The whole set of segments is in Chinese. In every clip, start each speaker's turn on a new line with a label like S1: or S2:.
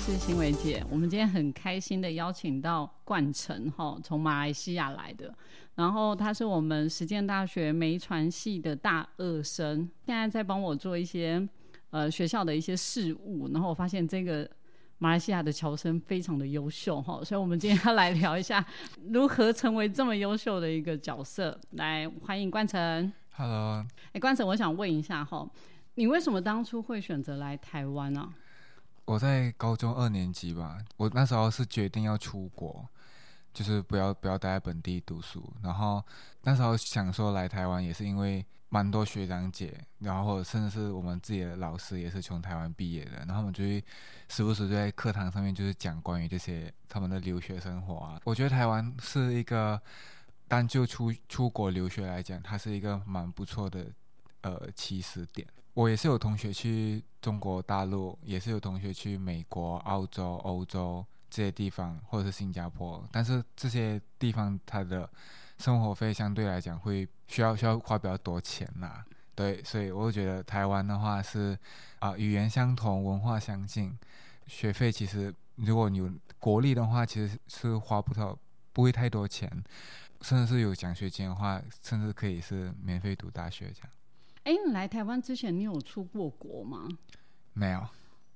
S1: 是新伟姐，我们今天很开心的邀请到冠成哈，从马来西亚来的，然后他是我们实践大学媒传系的大二生，现在在帮我做一些呃学校的一些事务，然后我发现这个。马来西亚的侨生非常的优秀哈，所以我们今天要来聊一下如何成为这么优秀的一个角色。来，欢迎冠成。
S2: Hello，
S1: 哎，冠成，我想问一下哈，你为什么当初会选择来台湾啊？
S2: 我在高中二年级吧，我那时候是决定要出国，就是不要不要待在本地读书。然后那时候想说来台湾，也是因为蛮多学长姐，然后或者甚至是我们自己的老师也是从台湾毕业的，然后我们就会时不时就在课堂上面就是讲关于这些他们的留学生活啊。我觉得台湾是一个单就出出国留学来讲，它是一个蛮不错的呃起始点。我也是有同学去中国大陆，也是有同学去美国、澳洲、欧洲这些地方，或者是新加坡。但是这些地方它的生活费相对来讲会需要需要花比较多钱啦、对，所以我就觉得台湾的话是啊、语言相同，文化相近，学费其实如果你有国力的话，其实是花不到不会太多钱，甚至是有奖学金的话，甚至可以是免费读大学这样。
S1: 哎，你来台湾之前你有出过国吗？
S2: 没有。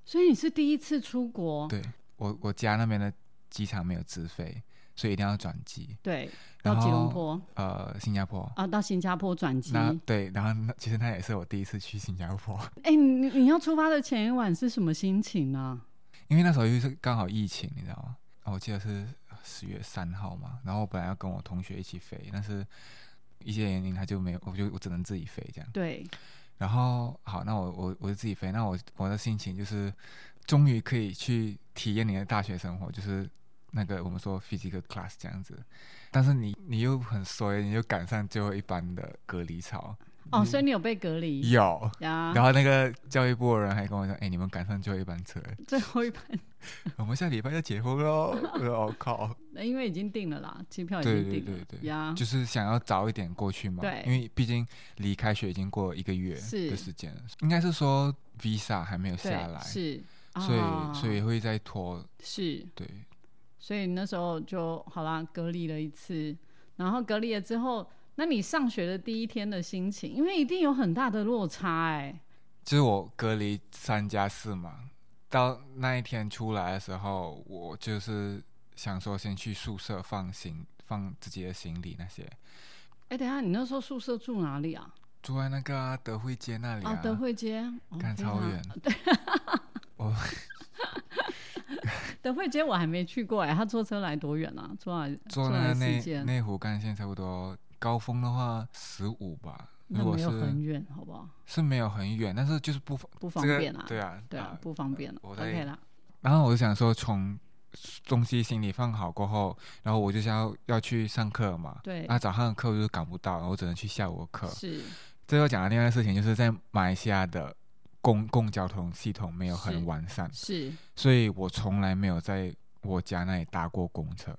S1: 所以你是第一次出国，
S2: 对我我家那边的机场没有直飞，所以一定要转机。
S1: 对，到
S2: 然
S1: 吉隆
S2: 后
S1: 坡
S2: 呃，新加坡。
S1: 啊，到新加坡转机。
S2: 那对，然后那其实那也是我第一次去新加坡，
S1: 哎，你你要出发的前一晚是什么心情呢、
S2: 因为那时候又是刚好疫情，你知道吗？啊我记得是十月三号嘛，然后我本来要跟我同学一起飞，但是一些原因他就没有，我就我只能自己飞这样。
S1: 对，
S2: 然后好，那我我我就自己飞，那我我的心情就是终于可以去体验你的大学生活，就是那个我们说 physical class 这样子，但是你你又很衰，你又赶上最后一班的隔离潮，
S1: 哦，所以你有被隔离
S2: 嗯有。
S1: 呀？
S2: 然后那个教育部的人还跟我说：“哎、你们赶上最后一班车，
S1: 最后一班，
S2: 我们下礼拜就解封喽。” 我哦靠，
S1: 那因为已经订了啦，机哦票已
S2: 对
S1: 经
S2: 对
S1: 订
S2: 对
S1: 了
S2: 对，
S1: 呀。
S2: 就是想要早一点过去嘛，
S1: 对
S2: 因为毕竟离开学已经过了一个月
S1: 是
S2: 的时间了，应该是说 visa 还没有下
S1: 对，
S2: 来，
S1: 是，
S2: 所
S1: 啊
S2: 以所以会再拖，
S1: 是，
S2: 对，
S1: 所以那时候就好啦，隔离了一次，然后隔离了之后，那你上学的第一天的心情，因为一定有很大的落差哎、
S2: 就是我隔离三加四嘛，到那一天出来的时候，我就是想说先去宿舍放行放自己的行李那些，
S1: 哎、等一下，你那时候宿舍住哪里啊？
S2: 住在那个啊、德惠街那里
S1: 啊，
S2: 啊，
S1: 德惠街，哦
S2: 干
S1: 非
S2: 超
S1: 常
S2: 远，
S1: 德惠街我还没去过哎、他坐车来多远啊？坐来
S2: 坐
S1: 来
S2: 那个
S1: 四
S2: 内
S1: 间，
S2: 内湖干线差不多高峰的话十五吧，
S1: 那
S2: 如果
S1: 没
S2: 是
S1: 有很远，好不好？
S2: 是没有很远，但是就是不方
S1: 不方
S2: 这个
S1: 便啊。
S2: 对啊，
S1: 对啊，不方便了。
S2: 我
S1: OK
S2: 在
S1: 啦，
S2: 然后我就想说，从东西行李放好过后，然后我就想要要去上课嘛。
S1: 对，
S2: 那早上的课我就是赶不到，然后我只能去下午的课。
S1: 是
S2: 这要讲的另外一个事情，就是在马来西亚的公共交通系统没有很
S1: 是
S2: 完善，
S1: 是。
S2: 所以我从来没有在我家那里搭过公车。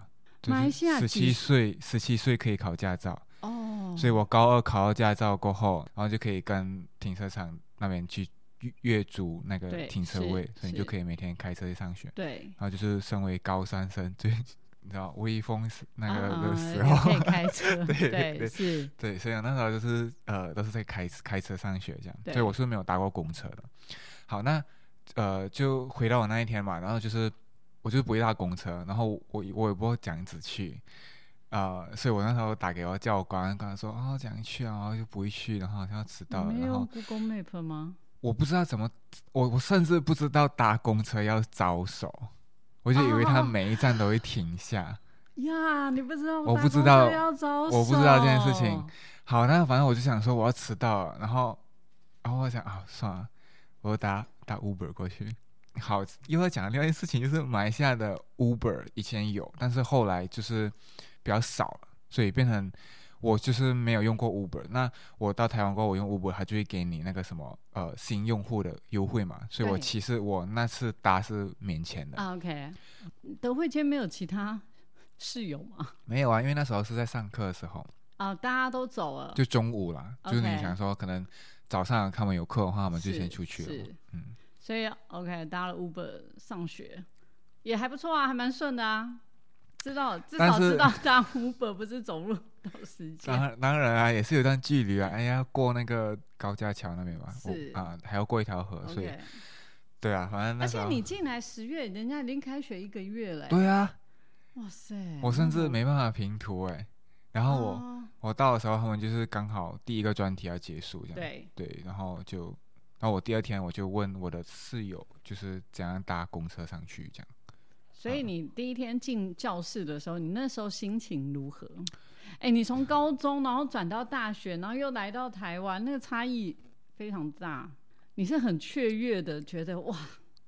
S1: 马来西亚
S2: 十
S1: 几
S2: 七岁，十七岁可以考驾照，
S1: 哦，
S2: 所以我高二考到驾照过后，然后就可以跟停车场那边去月月租那个
S1: 对
S2: 停车
S1: 是
S2: 位，所以你就是可以每天开车去上学。
S1: 对。
S2: 然后就是身为高三生，最你知道微风是那个
S1: 啊
S2: 的时
S1: 啊
S2: 候，
S1: 可以开车，
S2: 对
S1: 对
S2: 对
S1: 是，
S2: 对，所以那时候就是呃都是在开开车上学这样，
S1: 对
S2: 所以我是没有搭过公车的。好，那呃就回到我那一天嘛，然后就是我就是不会搭公车，然后我我我也不知道怎样子去。呃，所以我那时候打给我教官，跟他说啊、怎样去啊，然后就不会去，然后好像要迟
S1: 你
S2: 到了，
S1: 没
S2: 然
S1: 用
S2: 后
S1: Google Map 吗？
S2: 我不知道怎么，我我甚至不知道搭公车要招手，我就以为他
S1: 哦
S2: 每一站都会停下。
S1: 呀，你不知道，
S2: 我不知道
S1: 要招
S2: 我不知道这件事情好，那反正我就想说我要迟到了，然后，然后我想啊，算了，我就打打 Uber 过去。好，又要讲另外一件事情，就是马来西亚的 Uber 以前有，但是后来就是比较少了，所以变成我就是没有用过 Uber。那我到台湾过后，我用 Uber，它就会给你那个什么呃新用户的优惠嘛，所以我
S1: 对
S2: 其实我那次搭是免钱的，
S1: 啊。OK，德惠街没有其他室友吗？
S2: 没有啊，因为那时候是在上课的时候。
S1: 啊，大家都走了，
S2: 就中午啦，就是你
S1: OK
S2: 想说可能早上他们有课的话，他们就是先出去了。
S1: 是
S2: 嗯，
S1: 所以 OK，搭了 Uber 上学，也还不错啊，还蛮顺的啊。知道，至
S2: 但
S1: 少
S2: 是
S1: 知道当 Uber 不是走路 到时
S2: 当
S1: 间。
S2: 然当然啊，也是有一段距离啊。哎呀，过那个高架桥那边嘛，我
S1: 是
S2: 啊，还要过一条河所以
S1: OK，
S2: 对啊，反正那
S1: 而
S2: 时
S1: 且
S2: 候
S1: 你进来十月，人家已经开学一个月了欸、
S2: 对啊，
S1: 哇塞！
S2: 我甚至
S1: 那
S2: 没办法平图哎、然后我、
S1: 嗯哦
S2: 我到的时候，他们就是刚好第一个专题要结束这样。
S1: 对
S2: 对，然后就，然后我第二天我就问我的室友，就是怎样搭公车上去这样。
S1: 所以你第一天进教室的时候，你那时候心情如何？哎、你从高中然后转到大学，然后又来到台湾，那个差异非常大。你是很雀跃的，觉得哇，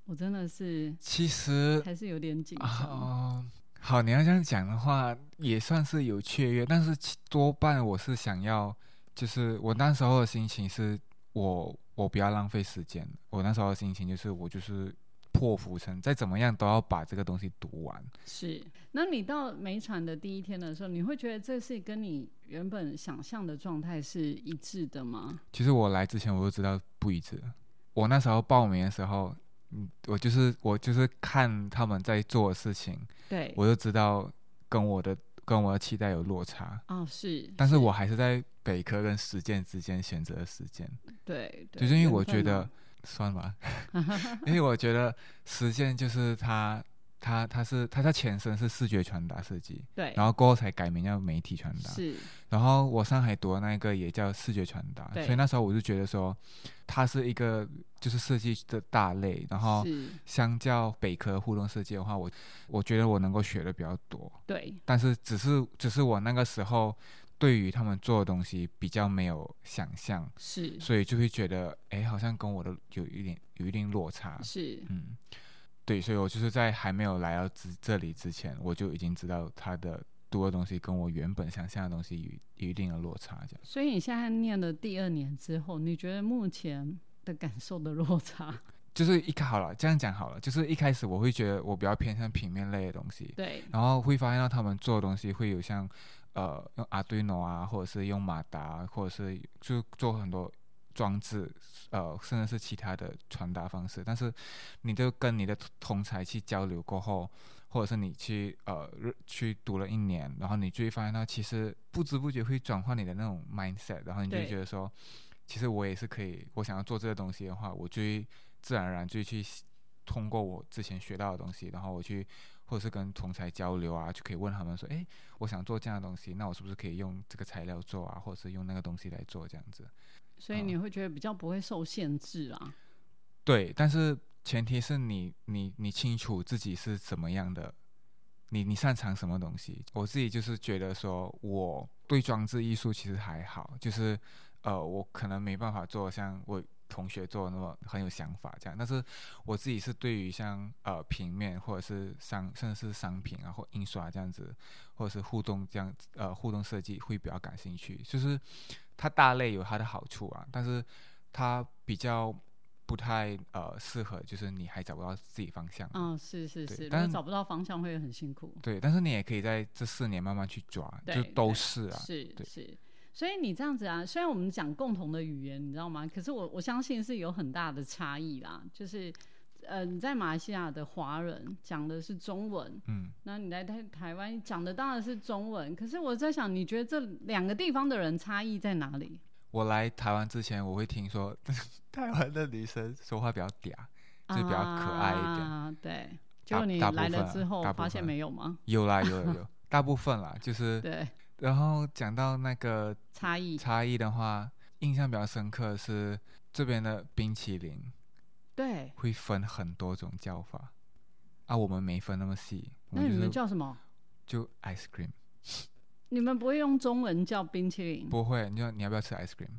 S1: 我真的是
S2: 其实
S1: 还是有点紧
S2: 啊、
S1: 张。
S2: 哦好，你要这样讲的话，也算是有雀跃，但是其多半我是想要，就是我那时候的心情是我我不要浪费时间，我那时候的心情就是我就是破釜沉，再怎么样都要把这个东西读完。
S1: 是，那你到美传的第一天的时候，你会觉得这是跟你原本想象的状态是一致的吗？
S2: 其实我来之前我就知道不一致了。我那时候报名的时候，嗯，我就是我就是看他们在做的事情，
S1: 对，
S2: 我就知道跟我的跟我的期待有落差。
S1: 哦，是，
S2: 但是我还是在北科跟实践之间选择了实践，
S1: 对，对
S2: 就是因为我
S1: 缘分哦啊
S2: 觉得
S1: 嘛
S2: 算吧， 因为我觉得实践就是它它它是它的前身是视觉传达设计，
S1: 对，
S2: 然后过后才改名叫媒体传达。
S1: 是
S2: 然后我上海读的那个也叫视觉传达，
S1: 对
S2: 所以那时候我就觉得说，它是一个就是设计的大类，然后
S1: 是，
S2: 相较北科互动设计的话，我我觉得我能够学的比较多，
S1: 对，
S2: 但是只是只是我那个时候对于他们做的东西比较没有想象，
S1: 是
S2: 所以就会觉得哎，好像跟我的有一点有一定落差，
S1: 是，
S2: 嗯，对，所以我就是在还没有来到这这里之前，我就已经知道他的读的东西跟我原本想象的东西有有一定的落差，这样。
S1: 所以你现在念了第二年之后，你觉得目前的感受的落 差？
S2: 就是一开好了，这样讲好了，就是一开始我会觉得我比较偏向平面类的东西，
S1: 对，
S2: 然后会发现到他们做的东西会有像呃用 Arduino 啊，或者是用马达啊，或者是就做很多装置，呃，甚至是其他的传达方式，但是你就跟你的同同才去交流过后，或者是你去呃日去读了一年，然后你就会发现到，其实不知不觉会转换你的那种 mindset，然后你就会
S1: 对
S2: 觉得说，其实我也是可以，我想要做这个东西的话，我就会自然而然就会去通过我之前学到的东西，然后我去或者是跟同才交流啊，就可以问他们说，诶，我想做这样的东西，那我是不是可以用这个材料做啊，或者是用那个东西来做这样子？
S1: 所以你会觉得比较不会受限制啊。
S2: 对，但是前提是你你你清楚自己是怎么样的，你你擅长什么东西。我自己就是觉得说，我对装置艺术其实还好，就是呃，我可能没办法做像我同学做的那么很有想法这样，但是我自己是对于像呃平面或者是商甚至是商品啊或印刷这样子，或者是互动这样呃互动设计会比较感兴趣。就是它大类有它的好处啊，但是它比较不太呃适合，就是你还找不到自己方向。
S1: 嗯，是是
S2: 对
S1: 是，如果
S2: 但
S1: 找不到方向会很辛苦。
S2: 对，但是你也可以在这四年慢慢去抓，就
S1: 对
S2: 都
S1: 对
S2: 是啊，
S1: 是
S2: 对
S1: 是。所以你这样子啊，虽然我们讲共同的语言，你知道吗？可是我我相信是有很大的差异啦。就是，呃，你在马来西亚的华人讲的是中文，
S2: 嗯，
S1: 那你来台台湾讲的当然是中文。可是我在想，你觉得这两个地方的人差异在哪里？
S2: 我来台湾之前，我会听说台湾的女生说话比较嗲，就比较可爱一点
S1: 啊、对，结
S2: 大
S1: 果你
S2: 大部
S1: 来
S2: 分
S1: 了
S2: 啊
S1: 之后
S2: 大部
S1: 发现
S2: 分
S1: 没有吗？
S2: 有啦有 有有，大部分啦，就是。
S1: 对，
S2: 然后讲到那个
S1: 差异。
S2: 差异的话，印象比较深刻的是这边的冰淇淋
S1: 对，
S2: 会分很多种叫法，啊，我们没分那么细，我
S1: 那你
S2: 就
S1: 们
S2: 是
S1: 叫什么？
S2: 就 ice cream，
S1: 你们不会用中文叫冰淇淋
S2: 不会，你就你要不要吃 ice cream？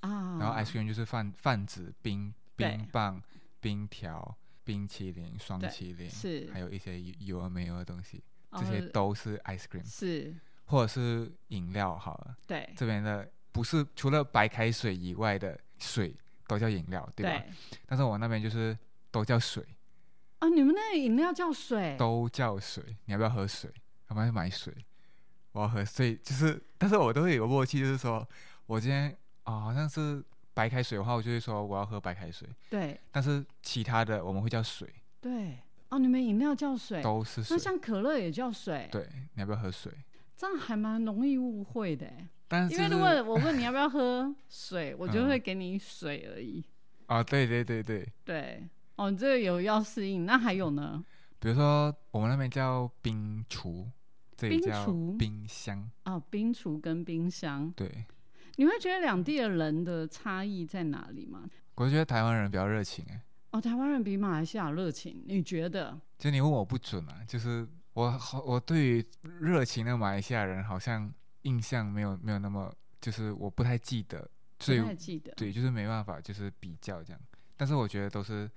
S1: 啊？
S2: 然后 ice cream 就是泛泛指冰
S1: 对
S2: 冰棒、冰条、冰淇淋、双
S1: 对
S2: 淇淋，
S1: 是
S2: 还有一些有有而没有的东西，
S1: 哦
S2: 这些都是 ice cream，
S1: 是，
S2: 或者是饮料好了，
S1: 对
S2: 这边的不是除了白开水以外的水都叫饮料，对吧？
S1: 对
S2: 但是我那边就是都叫水，
S1: 啊，你们那个饮料叫水
S2: 都叫水，你要不要喝水？要不要买水？我要喝，所以就是，但是我都会有个默契，就是说我今天啊、好像是白开水的话，我就会说我要喝白开水。
S1: 对
S2: 但是其他的我们会叫水，
S1: 对哦，你们饮料叫水，
S2: 都是水
S1: 那。像可乐也叫水，
S2: 对，你要不要喝水？
S1: 这样还蛮容易误会的欸。
S2: 但是
S1: 因为如
S2: 是嗯
S1: 果我问你要不要喝水，我就会给你水而已。
S2: 啊，对对对对，
S1: 对，哦，这个有要适应。那还有呢？
S2: 比如说我们那边叫冰厨，这里
S1: 冰
S2: 叫
S1: 厨
S2: 冰箱，
S1: 哦，冰厨跟冰箱，
S2: 对。
S1: 你会觉得两地的人的差异在哪里吗？
S2: 我觉得台湾人比较热情哎、
S1: 哦，台湾人比马来西亚热情，你觉得？
S2: 就你问我不准啊，就是我好，我对于热情的马来西亚人好像印象没有没有那么，就是我不太记得，所以
S1: 不太记得。
S2: 对，就是没办法，就是比较这样。但是我觉得都是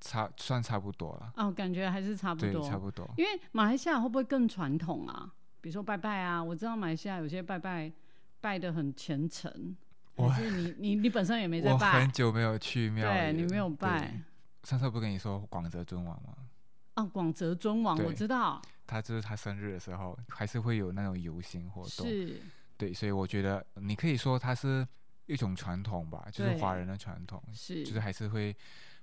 S2: 差算差不多了，
S1: 哦，感觉还是差不
S2: 对，
S1: 多。
S2: 差不多。
S1: 因为马来西亚会不会更传统啊？比如说拜拜啊，我知道马来西亚有些拜拜拜的很虔诚，
S2: 我
S1: 还是你你你本身也没在
S2: 我
S1: 拜
S2: 很，久没有去庙宇
S1: 对
S2: 了，
S1: 你没有
S2: 对
S1: 拜。
S2: 上次我不跟你说广泽尊王吗？
S1: 哦，广泽尊王
S2: 对
S1: 我知道
S2: 他就是他生日的时候，还是会有那种游行活动。
S1: 是
S2: 对，所以我觉得你可以说它是一种传统吧，就是
S1: 对
S2: 华人的传统，
S1: 是
S2: 嗯就是还是会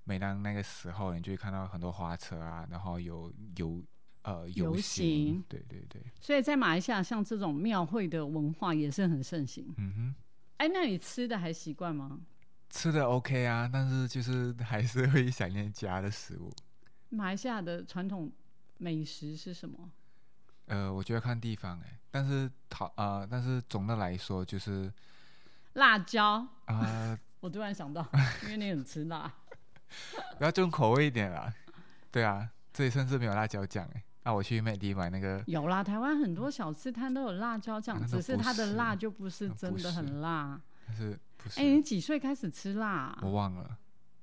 S2: 每当那个时候，你就会看到很多花车啊，然后有游呃
S1: 游行
S2: 行，对对对，
S1: 所以在马来西亚像这种庙会的文化也是很盛行。
S2: 嗯哼。
S1: 哎，那你吃的还习惯吗？
S2: 吃的 OK 啊，但是就是还是会想念家的食物。
S1: 马来西亚的传统美食是什么？
S2: 呃，我觉得看地方哎、但是讨呃，但是总的来说就是
S1: 辣椒，
S2: 啊、呃
S1: 我突然想到， 因为你很吃辣。
S2: 比较重口味一点啦。对啊，这里甚至没有辣椒酱哎、那、我去麦迪买那个
S1: 有啦，台湾很多小吃摊都有辣椒酱，
S2: 啊那
S1: 只是它
S2: 不
S1: 的
S2: 是
S1: 辣就不是
S2: 那
S1: 真
S2: 不
S1: 的
S2: 是
S1: 很辣。
S2: 但是不是、
S1: 哎、你几岁开始吃辣啊、
S2: 我忘了。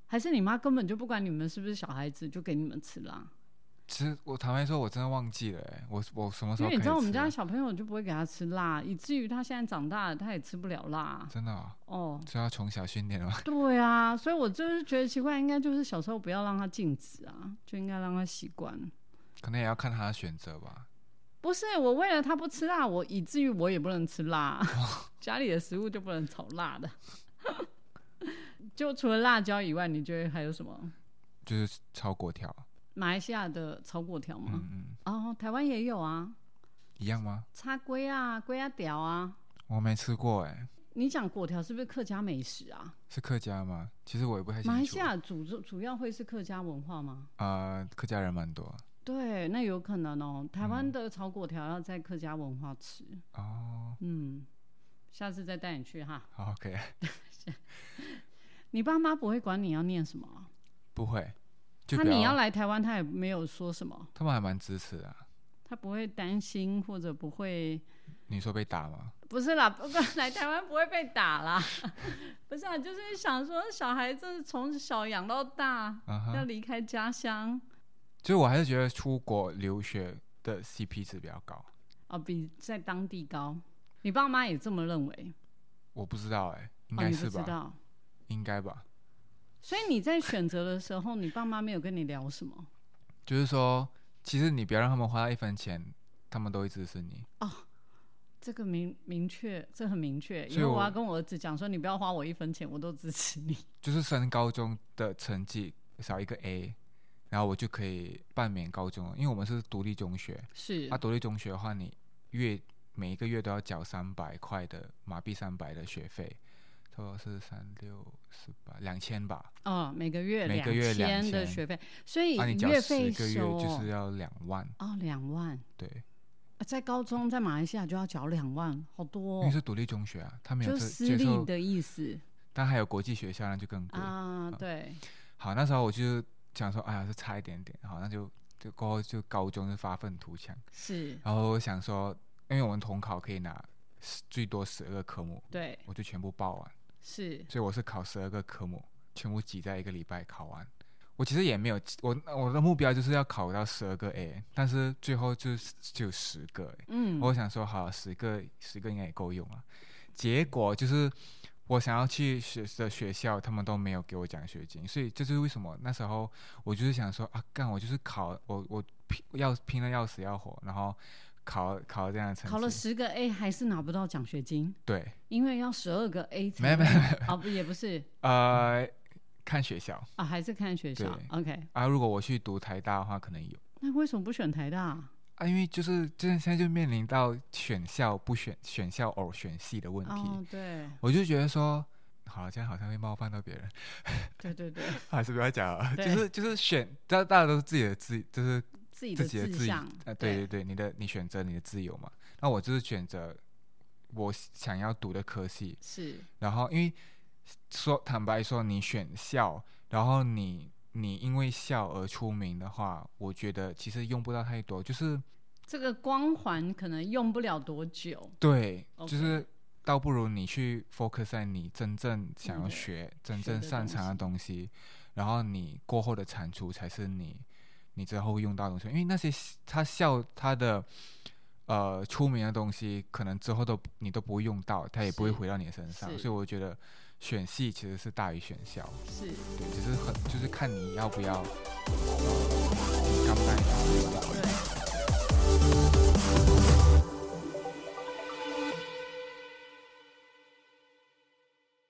S1: 还是你妈根本就不管你们是不是小孩子，就给你们吃辣？
S2: 其实我坦白说，我真的忘记了、欸，我我什么时
S1: 因
S2: 候
S1: 为你知道我们
S2: 开
S1: 家
S2: 始吃
S1: 小朋友就不会给他吃辣，以至于他现在长大了，他也吃不了辣
S2: 啊。真的、哦，
S1: 哦，
S2: 所以要从小训练吗？
S1: 对啊，所以我就是觉得奇怪，应该就是小时候不要让他禁止啊，就应该让他习惯。
S2: 可能也要看他的选择吧。
S1: 不是我为了他不吃辣，我以至于我也不能吃辣， 家里的食物就不能炒辣的。就除了辣椒以外，你觉得还有什么？
S2: 就是炒粿条，
S1: 马来西亚的炒粿条吗
S2: 嗯？嗯，
S1: 哦，台湾也有啊，
S2: 一样吗？
S1: 叉龟啊，龟啊条啊。
S2: 我没吃过哎、
S1: 你讲粿条是不是客家美食啊？
S2: 是客家吗？其实我也不太清楚。
S1: 马来西亚主主要会是客家文化吗？
S2: 呃，客家人蛮多
S1: 对，那有可能哦。台湾的炒粿条要在客家文化吃，
S2: 哦。
S1: 嗯，下次再带你去哈。
S2: 好 OK，
S1: 你爸妈不会管你要念什么啊、
S2: 不会，就
S1: 他
S2: 比较
S1: 你要来台湾，他也没有说什么，
S2: 他们还蛮支持的啊、
S1: 他不会担心或者不会，
S2: 你说被打吗？
S1: 不是啦，不 来台湾不会被打啦， 不是啊，就是想说小孩子从小养到大，
S2: 啊
S1: 要
S2: 哈，
S1: 离开家乡
S2: 就我还是觉得出国留学的 CP 值比较高。
S1: 哦，比在当地高。你爸妈也这么认为？
S2: 我不知道哎、应
S1: 哦，
S2: 该
S1: 你不
S2: 是
S1: 知
S2: 吧？
S1: 道。
S2: 应该吧。
S1: 所以你在选择的时候，你爸妈没有跟你聊什么？
S2: 就是说，其实你不要让他们花到一分钱，他们都会支持你。
S1: 这个明明确，这很明确。以
S2: 所以
S1: 后我
S2: 我
S1: 要跟我儿子讲说，你不要花我一分钱，我都支持你。
S2: 就是升高中的成绩少一个 A，然后我就可以半免高中了，因为我们是独立中学。
S1: 是
S2: 啊，独立中学的话，你月每一个月都要缴三百块的马币三百的学费，差不多是三六四八两千吧。
S1: 哦，每个月
S2: 每个月
S1: 千的
S2: 2000
S1: 学费，所以
S2: 啊，你缴
S1: 月费
S2: 十个月
S1: 收
S2: 就是要两万，
S1: 哦两万，
S2: 对，
S1: 呃在高中在马来西亚就要缴两万，好
S2: 因
S1: 多、
S2: 为
S1: 哦，
S2: 是独立中学啊，他没有
S1: 就
S2: 这
S1: 是私
S2: 接
S1: 立
S2: 受，
S1: 的意思
S2: 但还有国际学校那就更贵。
S1: 啊，对，
S2: 好，那时候我就想说，哎呀，是差一点点，好，那就就过后就高中就发愤图强，
S1: 是，
S2: 然后我想说，因为我们统考可以拿十最多十二个科目，
S1: 对，
S2: 我就全部报完。
S1: 是
S2: 所以我是考十二个科目，全部挤在一个礼拜考完。我其实也没有，我我的目标就是要考到十二个 A，但是最后就是只有十个 A。
S1: 嗯，
S2: 我想说，好，啊十个十个应该也够用了。结果就是我想要去学的学校，他们都没有给我奖学金，所以这就是为什么那时候我就是想说啊，干，我就是考我我拼要拼的要死要活，然后考考了这样的成绩，
S1: 考了十个 A 还是拿不到奖学金，
S2: 对，
S1: 因为要十二个 A 才啊
S2: 没有没有没有
S1: 哦不也不是
S2: 呃，看学校
S1: 啊，还是看学校
S2: 对
S1: ？OK，
S2: 啊。如果我去读台大的话，可能有
S1: 那为什么不选台大？
S2: 啊，因为就是就是现在就面临到选校不选选校偶选系的问题，
S1: 哦，对
S2: 我就觉得说，好，这样好像会冒犯到别人，
S1: 对对 对，
S2: 还是不要讲了。就
S1: 对
S2: 是就是选，大大家都是自己的自，就是
S1: 自己的
S2: 自己的
S1: 志
S2: 自己
S1: 向
S2: 呃，对对对，你的你选择你的自由嘛。那我就是选择我想要读的科系，
S1: 是
S2: 然后因为说坦白说，你选校，然后你你因为校而出名的话，我觉得其实用不到太多，就是
S1: 这个光环可能用不了多久。
S2: 对
S1: OK
S2: 就是倒不如你去 focus 在你真正想要
S1: 嗯
S2: 学、真
S1: 学的
S2: 正擅长的东西，然后你过后的产出才是你你之后用到的东西，因为那些他笑他的。呃，出名的东西可能之后都不你都不会用到，它也不会
S1: 是
S2: 回到你的身上，
S1: 是
S2: 所以我觉得选系其实是大于选校。
S1: 是。
S2: 对，只是很就是看你要不要，呃，你敢不敢要不要。